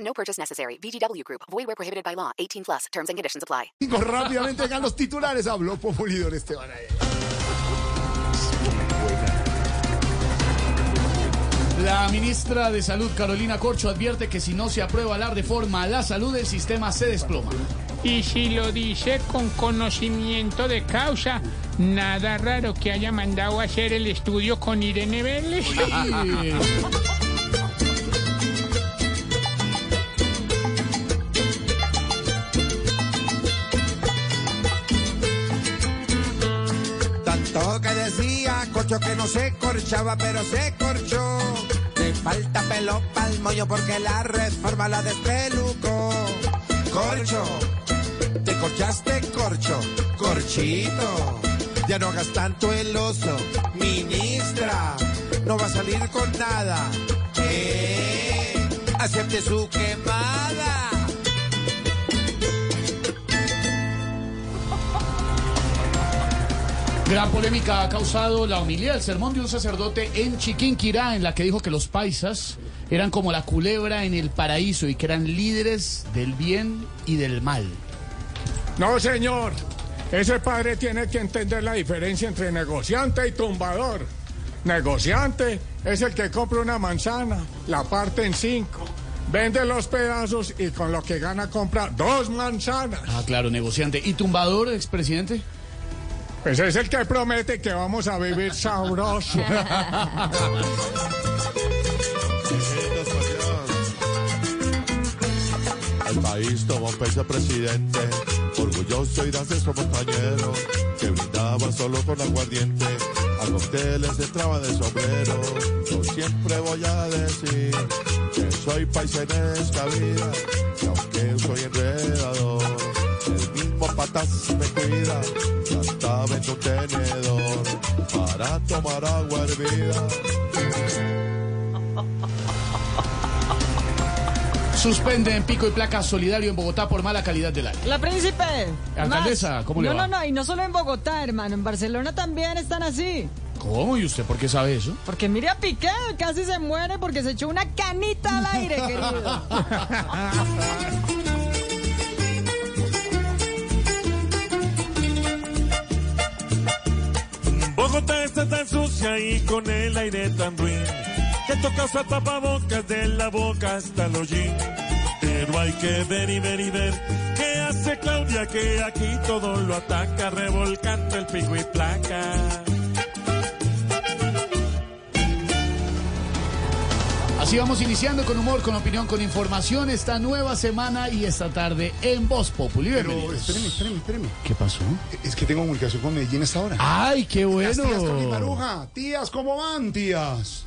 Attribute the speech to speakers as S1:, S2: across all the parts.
S1: No purchase necessary. VGW Group. Void where prohibited by law. 18 plus. Terms and conditions apply.
S2: Rápidamente llegan los titulares. Habló Populido en Esteban
S3: La ministra de Salud, Carolina Corcho, advierte que si no se aprueba la reforma a la salud, el sistema se desploma.
S4: Y si lo dice con conocimiento de causa, nada raro que haya mandado a hacer el estudio con Irene Vélez.
S5: Tanto que decía, corcho que no se corchaba, pero se corchó. Le falta pelo pa'l moño porque la reforma la despelucó. Corcho, te corchaste, corcho, corchito. Ya no hagas tanto el oso, ministra. No va a salir con nada. ¿Qué? Acepte su quemada.
S3: Gran polémica ha causado la homilía del sermón de un sacerdote en Chiquinquirá, en la que dijo que los paisas eran como la culebra en el paraíso y que eran líderes del bien y del mal.
S6: No, señor. Ese padre tiene que entender la diferencia entre negociante y tumbador. Negociante es el que compra una manzana, la parte en cinco, vende los pedazos y con lo que gana compra dos manzanas.
S3: Ah, claro, negociante. ¿Y tumbador, expresidente?
S6: Pues es el que promete que vamos a vivir sabroso.
S7: El país tomó un vicepresidente, orgulloso y gracioso montañero, que brindaba solo con aguardiente, a cócteles entraba de sombrero. Yo siempre voy a decir que soy paisana vida, que aunque soy enredador, el mismo patas me cuida, cantaba en un tenedor, para tomar agua hervida.
S3: Suspende en pico y placa solidario en Bogotá por mala calidad del aire.
S8: La príncipe.
S3: Alcaldesa,
S8: más.
S3: ¿cómo le
S8: no,
S3: va?
S8: No, no, y no solo en Bogotá, hermano, en Barcelona también están así.
S3: ¿Cómo? ¿Y usted por qué sabe eso?
S8: Porque mire a Piqué, casi se muere porque se echó una canita al aire, querido.
S9: Bogotá está tan sucia y con el aire tan ruin que toca usar tapabocas de la boca hasta el hollín. Pero hay que ver y ver y ver qué hace Claudia que aquí todo lo ataca revolcando el pico y placa.
S3: Así vamos iniciando con humor, con opinión, con información esta nueva semana y esta tarde en Voz Populi.
S2: Pero
S3: Bienvenidos.
S2: espéreme, espéreme, espéreme.
S3: ¿Qué pasó?
S2: Es que tengo comunicación con Medellín hasta ahora.
S6: Ah.
S3: ¡Ay, qué
S2: Las tías con mi
S3: bueno!
S2: maruja. Tías, ¿cómo van, tías?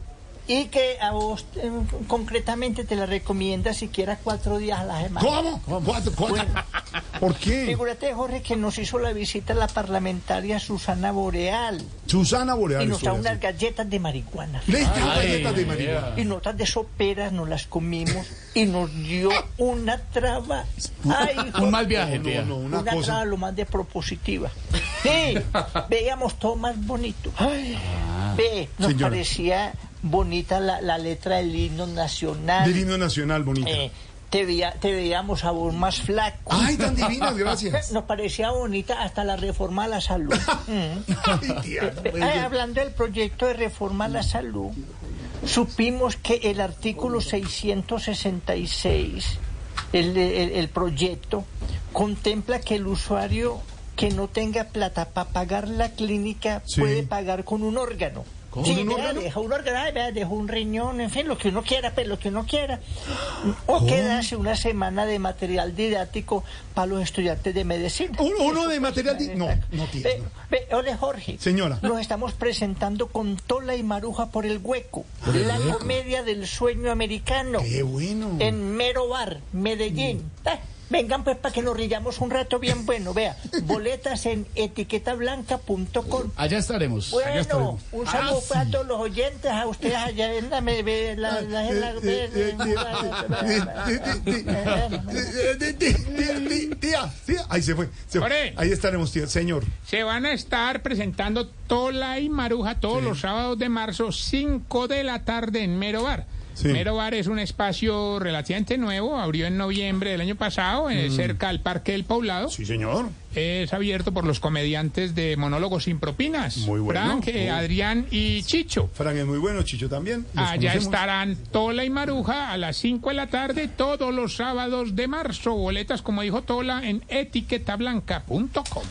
S10: y que a vos eh, concretamente te la recomienda siquiera cuatro días a la semana.
S2: ¿Cómo? ¿Cuatro, cuatro? ¿Por qué?
S10: Figúrate, Jorge, que nos hizo la visita la parlamentaria Susana Boreal
S2: Susana Boreal.
S10: y nos da
S2: estuvo
S10: unas
S2: así.
S10: galletas de marihuana.
S2: Le dio galletas de marihuana.
S10: y notas de soperas nos las comimos y nos dio una traba. Ay, Jorge.
S3: Un mal viaje,
S2: No,
S3: tía.
S2: no,
S10: Una,
S2: una,
S10: cosa
S2: cosa.
S10: lo más de propositiva. Sí, veíamos todo más bonito. Ay, ve, nos
S2: Ah. Señora.
S10: parecía bonita la, la letra del himno nacional.
S2: Del himno nacional, bonita.
S10: Eh, te, veía- te veíamos a vos más flaco.
S2: Ay, tan divinas, gracias.
S10: Eh, Nos parecía bonita hasta la reforma a la salud. Mm. Eh, eh, hablando del proyecto de reforma a la salud, supimos que el artículo 666, el, de- el- el proyecto, contempla que el usuario que no tenga plata para pagar la clínica
S2: Sí.
S10: puede pagar con un órgano.
S2: ¿Con
S10: Sí,
S2: un
S10: vea,
S2: órgano?
S10: deja un órgano, ay, vea, deja un riñón, en fin, lo que uno quiera, pues lo que uno quiera. O quedarse una semana de material didáctico para los estudiantes de medicina.
S2: Uno, uno de material... di- No, no tiene.
S10: Ve, ve, ole, Jorge.
S2: Señora.
S10: Nos estamos presentando con Tola y Maruja por el hueco.
S2: Por el
S10: la
S2: hueco.
S10: comedia del sueño americano.
S2: Qué bueno. Mm.
S10: En Mero Bar, Medellín. Ah, vengan pues para que nos rillamos un rato bien bueno. Vea, boletas en etiquetablanca.com.
S3: Allá estaremos. allá
S10: Bueno,
S3: estaremos.
S10: un saludo para todos los oyentes, a ustedes allá en la... me- ve- la-
S2: Eh,
S10: la- en la- ve- ve-
S2: Tía, tía. Ahí se fue. se fue.
S4: Ore.
S2: Ahí estaremos, tía. Señor.
S4: Se van a estar presentando Tola y Maruja todos los sábados de marzo, 5 de la tarde en Mero Bar.
S2: Sí.
S4: Mero Bar es un espacio relativamente nuevo, abrió en noviembre del año pasado, eh, cerca al Parque del Poblado.
S2: Mm. Sí, señor.
S4: Es abierto por los comediantes de monólogos sin propinas.
S2: Muy bueno.
S4: Frank, eh,
S2: Muy-
S4: Adrián y Chicho.
S2: Fran es muy bueno, Chicho también. los
S3: Ah,
S4: Allá
S2: conocemos.
S4: estarán Tola y Maruja a las 5 de la tarde todos los sábados de marzo. Boletas, como dijo Tola, en etiquetablanca.com.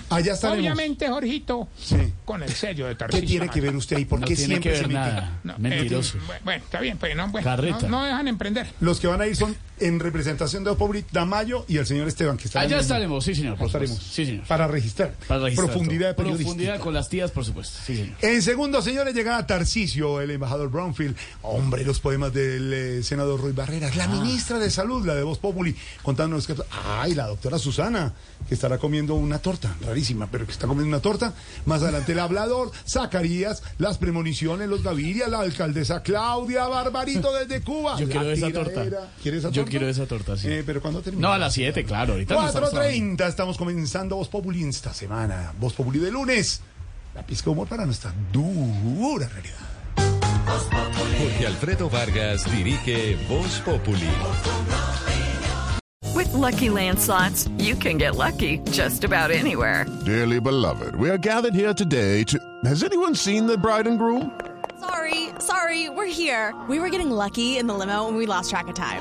S2: Allá estaremos.
S4: Obviamente, Jorgito,
S2: Sí.
S4: con el sello de
S2: ¿Qué
S4: Tarcisio.
S2: tiene que ver
S4: Mata.
S2: usted ahí? ¿Por
S3: No
S2: qué
S3: tiene que
S2: siempre se
S3: ver
S2: mete?
S3: nada.
S4: No, eh,
S3: Mentiroso.
S4: bueno, bueno, está bien, pero no, bueno,
S3: Carreta.
S4: no, no dejan emprender.
S2: Los que van a ir son en representación de Opobrit, Damayo y el señor Esteban, que está
S3: Allá estaremos, sí, señor. por
S2: Estaremos.
S3: supuesto. Sí, señor.
S2: Para registrar.
S3: Para registrar
S2: Profundidad
S3: todo.
S2: periodística.
S3: Profundidad con las tías, por supuesto. Sí, señor.
S2: En segundo, señores, llegaba Tarcisio, el embajador Brownfield. Hombre, los poemas del eh, senador Ruiz Barreras.
S3: Ah.
S2: La ministra de Salud, la de Voz Populi, contándonos que. Ay, la doctora Susana, que estará comiendo una torta, rarísima, pero que está comiendo una torta. Más adelante, el hablador, Zacarías, las premoniciones, los Gaviria, la alcaldesa Claudia Barbarito desde Cuba.
S3: Yo
S2: La
S3: quiero esa torta.
S2: tiradera. ¿Quieres esa
S3: Yo
S2: torta?
S3: quiero esa torta, sí.
S2: Eh, pero cuando termina.
S3: No, a las 7, claro. Ahorita no estamos trabajando.
S2: 4.30 estamos comenzando Voz Populi esta semana. Voz Populi de lunes. La pizca de humor para nuestra dura realidad.
S11: Jorge Alfredo Vargas dirige Voz Populi.
S12: With Lucky Land slots, you can get lucky just about anywhere.
S13: Dearly beloved, we are gathered here today to. Has anyone seen the bride and groom?
S14: Sorry, sorry, we're here. We were getting lucky in the limo and we lost track of time.